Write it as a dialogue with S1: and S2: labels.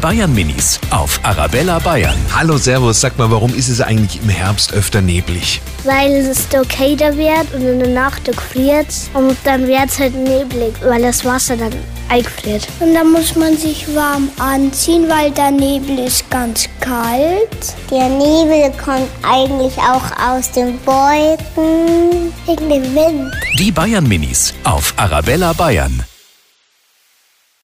S1: Bayern Minis auf Arabella Bayern.
S2: Hallo Servus, sag mal, warum ist es eigentlich im Herbst öfter neblig?
S3: weil es kälter wird und in der Nacht gefriert und dann wird es halt neblig, weil das Wasser dann einfriert. Und dann muss man sich warm anziehen, weil der Nebel ist ganz kalt.
S4: Der Nebel kommt eigentlich auch aus den Wolken.
S3: Wegen dem Wind.
S1: Die Bayern Minis auf Arabella Bayern.